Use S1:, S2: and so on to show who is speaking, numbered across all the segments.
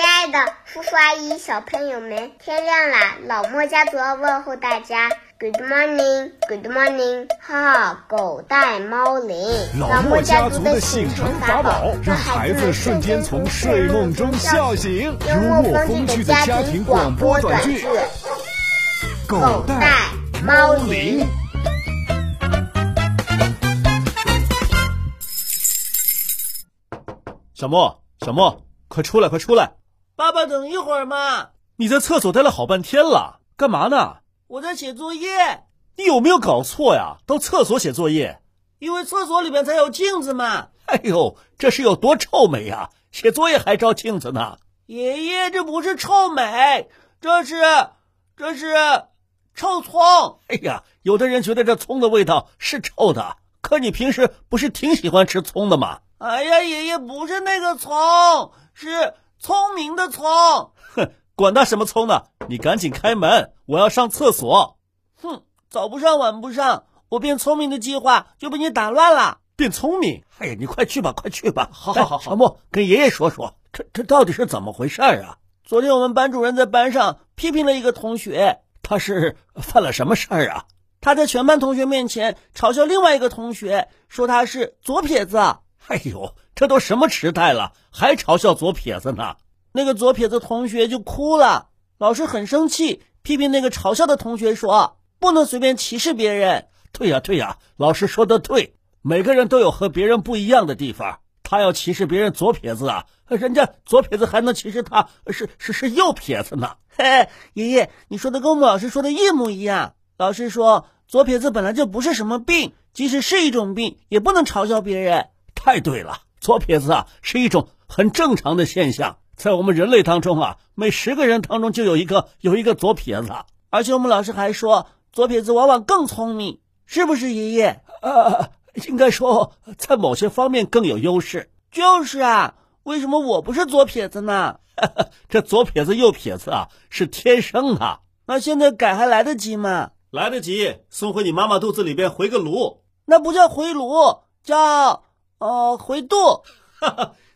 S1: 爱的叔叔阿姨、小朋友们，天亮啦！老莫家族要问候大家，Good morning，Good morning，哈，狗带猫铃。
S2: 老莫
S1: 莫
S2: 家
S1: 族
S2: 族的
S1: 醒
S2: 醒
S1: 神
S2: 神
S1: 法
S2: 法
S1: 宝
S2: 宝，
S1: 让
S2: 让
S1: 孩
S2: 孩
S1: 子瞬
S2: 子瞬
S1: 间
S2: 间
S1: 从
S2: 从
S1: 睡
S2: 睡
S1: 梦
S2: 梦
S1: 中
S2: 中
S1: 笑
S2: 笑
S1: 醒
S2: 醒。
S1: 幽
S2: 幽
S1: 默
S2: 默
S1: 风
S2: 风
S1: 趣
S2: 趣
S1: 的
S2: 的
S1: 家
S2: 家
S1: 庭
S2: 庭
S1: 广
S2: 广
S1: 播
S2: 播
S1: 短
S2: 短
S1: 剧
S2: 剧
S1: 《
S2: 《狗带
S1: 猫
S2: 猫
S1: 铃
S2: 铃》。小莫，小莫，快出来，快出来！
S3: 爸爸，等一会儿嘛，
S2: 你在厕所待了好半天了，干嘛呢？
S3: 我在写作业，
S2: 你有没有搞错呀？到厕所写作业？
S3: 因为厕所里边才有镜子嘛。
S2: 哎呦，这是有多臭美呀、写作业还照镜子呢？
S3: 爷爷，这不是臭美，这是这是臭葱。
S2: 哎呀，有的人觉得这葱的味道是臭的，可你平时不是挺喜欢吃葱的吗？
S3: 哎呀，爷爷不是那个葱，是聪明的聪。
S2: 哼，管他什么葱呢，你赶紧开门，我要上厕所。
S3: 哼，早不上晚不上，我变聪明的计划就被你打乱了。
S2: 变聪明，哎呀，你快去吧，快去吧。
S3: 好好好
S2: 哎小莫，跟爷爷说说，这这到底是怎么回事儿啊？
S3: 昨天我们班主任在班上批评了一个同学，
S2: 他 是犯了什么事儿啊？
S3: 他在全班同学面前嘲笑另外一个同学，说他是左撇子。啊
S2: 哎呦，这都什么时代了，还嘲笑左撇子呢？
S3: 那个左撇子同学就哭了，老师很生气，批评那个嘲笑的同学说：“不能随便歧视别人。
S2: 对呀、对呀、老师说的对，每个人都有和别人不一样的地方。他要歧视别人左撇子啊，人家左撇子还能歧视他是是是右撇子呢。”
S3: 嘿，爷爷，你说的跟我们老师说的一模一样。老师说，左撇子本来就不是什么病，即使是一种病，也不能嘲笑别人。
S2: 太对了，左撇子啊是一种很正常的现象，在我们人类当中啊，每十个人当中就有一个有一个左撇子。
S3: 而且我们老师还说，左撇子往往更聪明，是不是，爷爷？
S2: 呃，应该说在某些方面更有优势。
S3: 就是啊，为什么我不是左撇子呢？
S2: 这左撇子右撇子啊是天生的，
S3: 那现在改还来得及吗？
S2: 来得及送回你妈妈肚子里边回个炉。
S3: 那不叫回炉，叫呃回肚。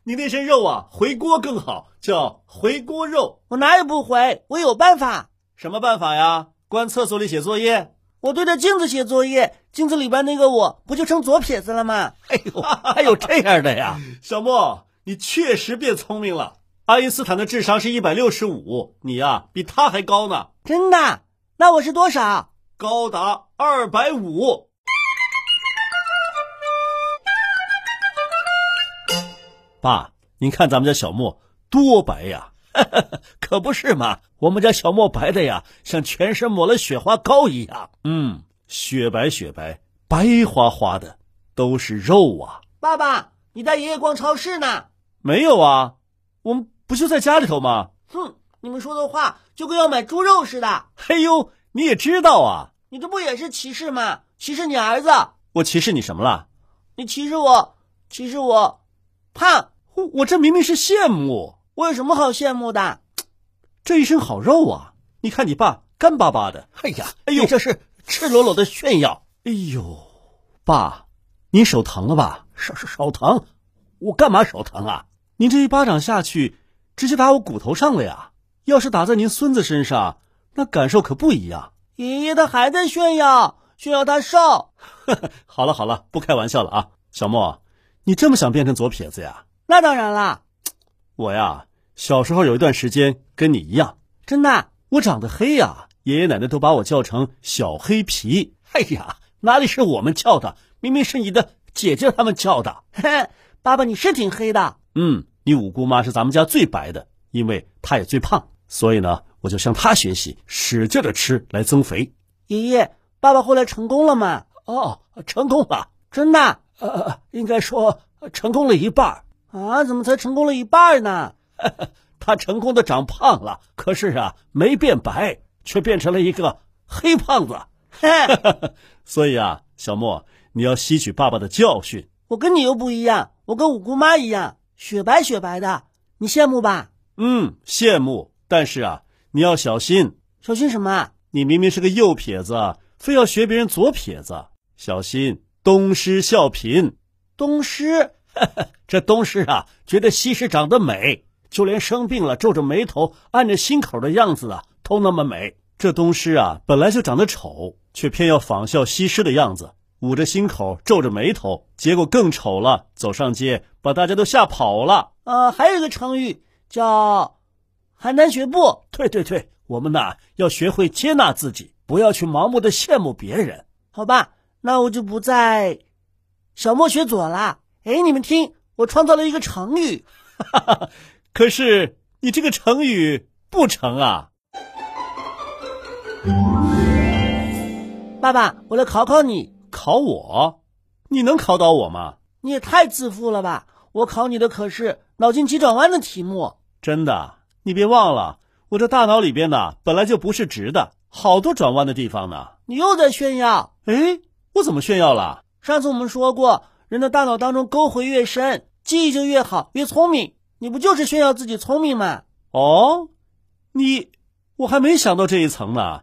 S2: 你那身肉啊，回锅更好，叫回锅肉。
S3: 我哪也不回，我有办法。
S2: 什么办法呀？关厕所里写作业？
S3: 我对着镜子写作业，镜子里边那个我不就成左撇子了吗？
S2: 哎呦，还有这样的呀！ 小莫，你确实变聪明了。爱因斯坦的智商是一百六十五，你呀、比他还高呢，
S3: 真的？那我是多少？
S2: 高达二百五。爸，您看咱们家小莫多白呀！可不是嘛，我们家小莫白的呀，像全身抹了雪花膏一样。嗯，雪白雪白，白花花的，都是肉啊。
S3: 爸爸，你带爷爷逛超市呢？
S2: 没有啊，我们不就在家里头吗？
S3: 哼，你们说的话就跟要买猪肉似的，
S2: 嘿呦，你也知道啊，
S3: 你这不也是歧视吗？歧视你儿子，
S2: 我歧视你什么了？
S3: 你歧视我，歧视我，胖，
S2: 我我这明明是羡慕，
S3: 我有什么好羡慕的？
S2: 这一身好肉啊！你看你爸干巴巴的，哎呀，哎呦，这是赤裸裸的炫耀。哎呦，爸，您手疼了吧？手手手疼？我干嘛手疼啊？您这一巴掌下去，直接打我骨头上了呀！要是打在您孙子身上，那感受可不一样。
S3: 爷爷他还在炫耀，炫耀他瘦，
S2: 好了好了，不开玩笑了啊，小莫，你这么想变成左撇子呀？
S3: 那当然啦，
S2: 我呀，小时候有一段时间跟你一样，啊
S3: 真的。
S2: 我长得黑呀，爷爷奶奶都把我叫成小黑皮。哎呀，哪里是我们叫的，明明是你的姐姐他们叫的。
S3: 嘿，爸爸你是挺黑的，
S2: 嗯，你五姑妈是咱们家最白的，因为她也最胖，所以呢，我就向她学习，使劲的吃来增肥。
S3: 爷爷，爸爸后来成功了吗？
S2: 哦，成功了，
S3: 真的
S2: 呃，应该说呃成功了一半儿。
S3: 啊？怎么才成功了一半呢？
S2: 他成功的长胖了，可是啊，没变白，却变成了一个黑胖 子。
S3: 嘿，
S2: 所以啊，小莫，你要吸取爸爸的教训。
S3: 我跟你又不一样，我跟五姑妈一样，雪白雪白的，你羡慕吧？
S2: 嗯，羡慕，但是啊，你要小心。
S3: 小心什么？
S2: 你明明是个右撇子，非要学别人左撇子，小心东施效颦。
S3: 东施？
S2: 这东施啊，觉得西施长得美，就连生病了皱着眉头、按着心口的样子啊，都那么美。这东施啊，本来就长得丑，却偏要仿效西施的样子，捂着心口，皱着眉头，结果更丑了，走上街把大家都吓跑了。
S3: 呃，还有一个成语叫“邯郸学步
S2: 对对对，我们呐要学会接纳自己，不要去盲目的羡慕别人。”，
S3: 好吧？那我就不再小莫学左啦。哎，你们听，我创造了一个成语，
S2: 可是你这个成语不成啊！
S3: 爸爸，我来考考你，
S2: 考我，你能考倒我吗？
S3: 你也太自负了吧！我考你的可是脑筋急转弯的题目。
S2: 真的，你别忘了，我这大脑里边呢本来就不是直的，好多转弯的地方呢。
S3: 你又在炫耀。
S2: 哎，我怎么炫耀了？
S3: 上次我们说过，人的大脑当中沟回越深，记忆就越好，越聪明。你不就是炫耀自己聪明吗？
S2: 哦，你，我还没想到这一层呢。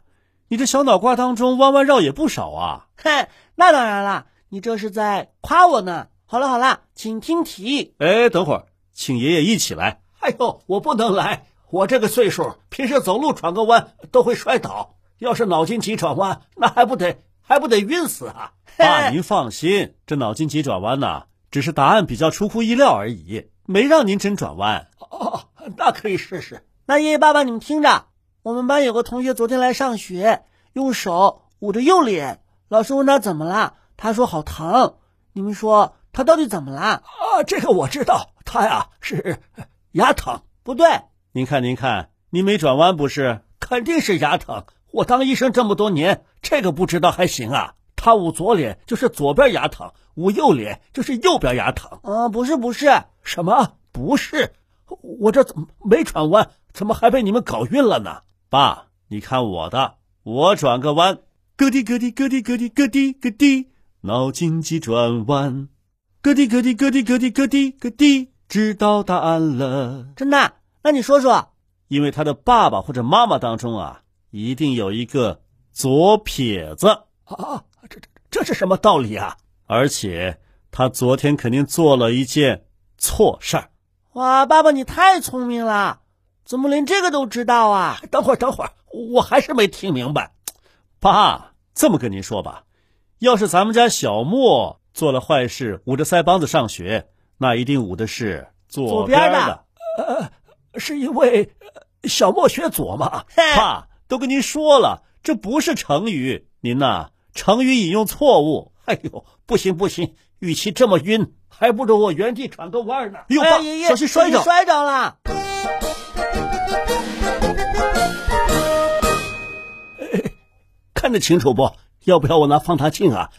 S2: 你这小脑瓜当中弯弯绕也不少啊。
S3: 哼，那当然啦，你这是在夸我呢。好了好了，请听题。
S2: 哎，等会儿，请爷爷一起来。哎呦，我不能来，我这个岁数，平时走路转个弯都会摔倒，要是脑筋急转弯，那还不得还不得晕死啊！爸， 您放心，这脑筋急转弯呐、只是答案比较出乎意料而已，没让您真转弯。哦，那可以试试。
S3: 那爷爷爸爸，你们听着，我们班有个同学昨天来上学，用手捂着右脸，老师问他怎么了，他说好疼。你们说他到底怎么了？
S2: 啊，这个我知道，他呀是 牙疼。
S3: 不对，
S2: 您看，您看，您没转弯不是？肯定是牙疼。我当医生这么多年，这个不知道还行啊。他捂左脸就是左边牙疼，捂右脸就是右边牙疼。
S3: 嗯、不是不是，
S2: 什么？不是？我这怎么没转弯？怎么还被你们搞晕了呢？爸，你看我的，我转个弯，咯滴咯滴咯滴咯滴咯滴咯滴，脑筋急转弯，咯滴咯滴咯滴咯滴咯滴咯滴，知道答案了。
S3: 真的？那你说说，
S2: 因为他的爸爸或者妈妈当中啊，一定有一个左撇子啊，这这是什么道理啊？而且他昨天肯定做了一件错事儿。
S3: 哇，爸爸你太聪明了，怎么连这个都知道啊？
S2: 等会儿，等会儿，我还是没听明白。爸，这么跟您说吧，要是咱们家小莫做了坏事，捂着腮帮子上学，那一定捂的是左边
S3: 左边的。
S2: 呃，是因为小莫学左嘛
S3: 嘿
S2: 爸，都跟您说了，这不是成语，您呐、成语引用错误。哎呦，不行不行，与其这么晕，还不如我原地转个弯呢。哎呦，
S3: 哎呀
S2: 爸，
S3: 爷爷
S2: 小心摔着。
S3: 摔着了。
S2: 看得清楚不？要不要我拿放大镜啊？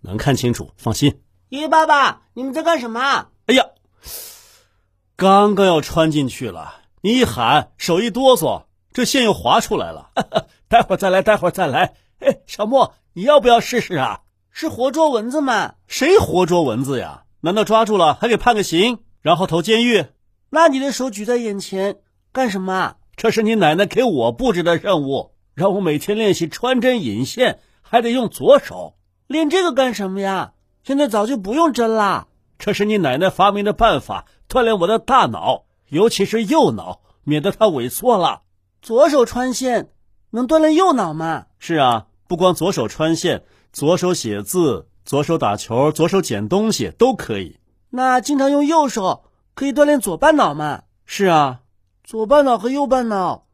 S2: 能看清楚，放心。
S3: 爷爷爸爸，你们在干什么？啊
S2: 哎呀，刚刚要穿进去了，你一喊，手一哆嗦，这线又滑出来了。 待会儿再来，待会儿再来。哎，小莫，你要不要试试啊？
S3: 是活捉蚊子吗？
S2: 谁活捉蚊子呀？难道抓住了还给判个刑，然后投监狱？
S3: 那你的手举在眼前干什么啊？
S2: 这是你奶奶给我布置的任务，让我每天练习穿针引线，还得用左手。
S3: 练这个干什么呀？现在早就不用针啦。
S2: 这是你奶奶发明的办法，锻炼我的大脑，尤其是右脑，免得它萎缩了。
S3: 左手穿线能锻炼右脑吗？
S2: 是啊，不光左手穿线，左手写字，左手打球，左手捡东西都可以。
S3: 那经常用右手可以锻炼左半脑吗？
S2: 是啊，
S3: 左半脑和右半脑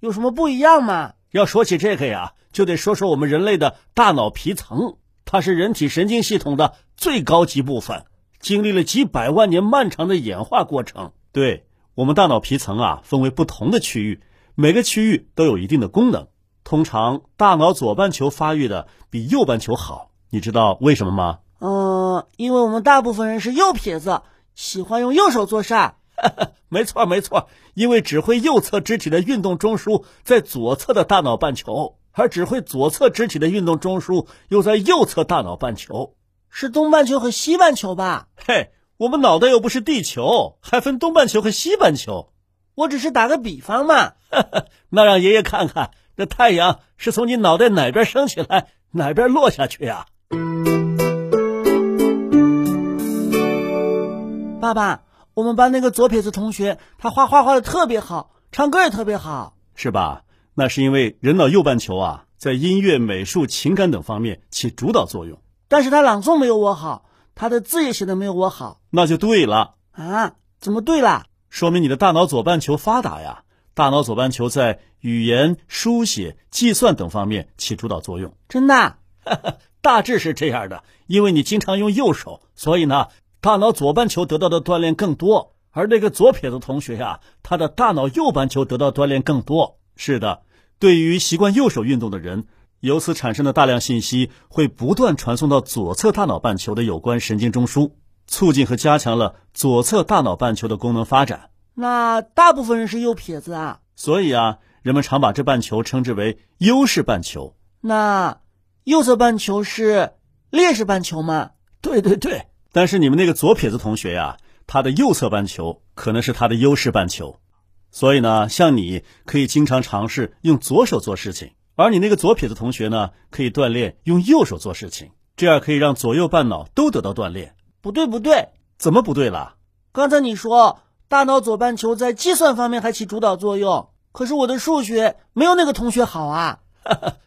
S3: 有什么不一样吗？
S2: 要说起这个呀，就得说说我们人类的大脑皮层，它是人体神经系统的最高级部分，经历了几百万年漫长的演化过程。对我们大脑皮层啊，分为不同的区域，每个区域都有一定的功能。通常，大脑左半球发育的比右半球好，你知道为什么吗？
S3: 嗯、因为我们大部分人是右撇子，喜欢用右手做事儿。
S2: 没错，没错，因为指挥右侧肢体的运动中枢在左侧的大脑半球，而指挥左侧肢体的运动中枢又在右侧大脑半球。
S3: 是东半球和西半球吧？
S2: 嘿，我们脑袋又不是地球，还分东半球和西半球。
S3: 我只是打个比方嘛。
S2: 那让爷爷看看，那太阳是从你脑袋哪边升起来，哪边落下去呀、
S3: 爸爸，我们班那个左撇子同学，他画画画的特别好，唱歌也特别好。
S2: 是吧？那是因为人脑右半球啊，在音乐、美术、情感等方面起主导作用，
S3: 但是他朗诵没有我好，他的字也写的没有我好
S2: 那就对了，
S3: 啊？怎么对啦？
S2: 说明你的大脑左半球发达呀。大脑左半球在语言、书写、计算等方面起主导作用，
S3: 真的？
S2: 大致是这样的。因为你经常用右手，所以呢，大脑左半球得到的锻炼更多，而那个左撇子同学呀、他的大脑右半球得到锻炼更多。是的，对于习惯右手运动的人，由此产生的大量信息会不断传送到左侧大脑半球的有关神经中枢，促进和加强了左侧大脑半球的功能发展。
S3: 那大部分人是右撇子啊？
S2: 所以啊，人们常把这半球称之为优势半球。
S3: 那右侧半球是劣势半球吗？
S2: 对对对。但是你们那个左撇子同学呀、他的右侧半球可能是他的优势半球，所以呢，像你可以经常尝试用左手做事情，而你那个左撇子同学呢，可以锻炼用右手做事情，这样可以让左右半脑都得到锻炼。
S3: 不对不对，
S2: 怎么不对啦？
S3: 刚才你说大脑左半球在计算方面还起主导作用，可是我的数学没有那个同学好啊。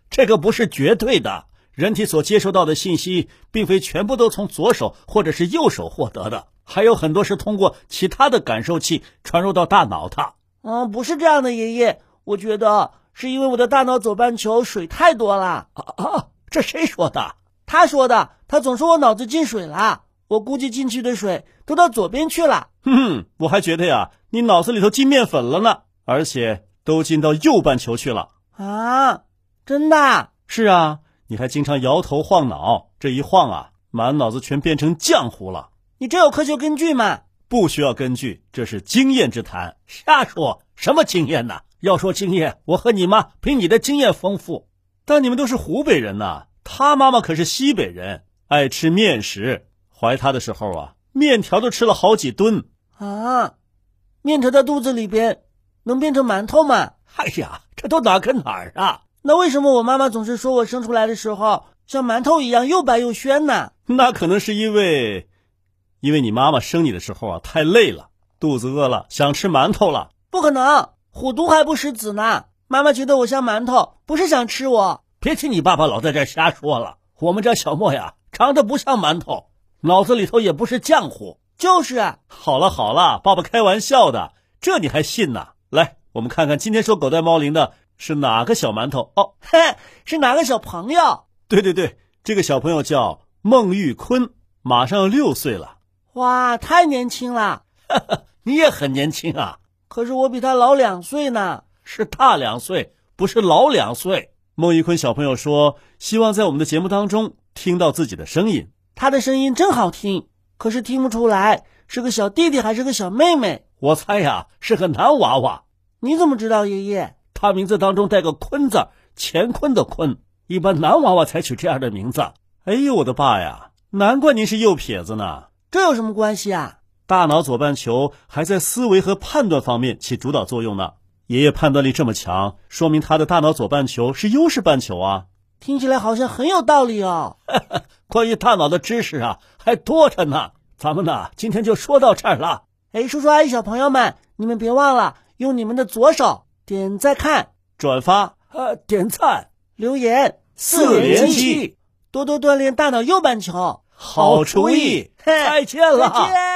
S2: 这个不是绝对的，人体所接收到的信息并非全部都从左手或者是右手获得的，还有很多是通过其他的感受器传入到大脑的。
S3: 嗯，不是这样的，爷爷，我觉得是因为我的大脑左半球水太多了。
S2: 啊啊，这谁说的？
S3: 他说的，他总说我脑子进水了，我估计进去的水都到左边去了。
S2: 哼，我还觉得呀，你脑子里头进面粉了呢，而且都进到右半球去了。
S3: 啊，真的？
S2: 是啊，你还经常摇头晃脑，这一晃啊，满脑子全变成浆糊了。
S3: 你这有科学根据吗？
S2: 不需要根据，这是经验之谈，瞎说。什么经验呐？要说经验，我和你妈比你的经验丰富。但你们都是湖北人呐、他妈妈可是西北人，爱吃面食。怀他的时候啊，面条都吃了好几吨。
S3: 啊，面条在肚子里边能变成馒头吗？
S2: 哎呀，这都哪跟哪儿啊？
S3: 那为什么我妈妈总是说我生出来的时候像馒头一样又白又暄呢？
S2: 那可能是因为，因为你妈妈生你的时候啊太累了，肚子饿了，想吃馒头了。
S3: 不可能，虎毒还不食子呢。妈妈觉得我像馒头，不是想吃我。
S2: 别听你爸爸老在这儿瞎说了，我们家小莫呀长得不像馒头，脑子里头也不是浆糊。
S3: 就是啊，
S2: 好了好了，爸爸开玩笑的，这你还信呐？来，我们看看今天说狗带猫铃的是哪个小馒头哦？
S3: 嘿，是哪个小朋友？
S2: 对对对，这个小朋友叫孟玉坤，马上要六岁了，
S3: 哇，太年轻了。
S2: 你也很年轻啊。
S3: 可是我比他老两岁呢。
S2: 是大两岁，不是老两岁。孟一坤小朋友说，希望在我们的节目当中听到自己的声音。
S3: 他的声音真好听，可是听不出来是个小弟弟还是个小妹妹。
S2: 我猜呀、是个男娃娃，
S3: 你怎么知道，爷爷？
S2: 他名字当中带个“坤”字儿，乾坤的“坤”。一般男娃娃才取这样的名字。哎呦，我的爸呀！难怪您是右撇子呢。
S3: 这有什么关系啊？
S2: 大脑左半球还在思维和判断方面起主导作用呢。爷爷判断力这么强，说明他的大脑左半球是优势半球啊。
S3: 听起来好像很有道理哦。
S2: 关于大脑的知识啊，还多着呢。咱们呢，今天就说到这儿了。
S3: 哎，叔叔阿姨、小朋友们，你们别忘了用你们的左手点再看、
S2: 转发，呃，点赞，
S3: 留言，
S2: 连
S3: 击，，多多锻炼大脑右半球。
S2: 好主意。
S3: 嘿
S2: 再见了。
S3: 再见。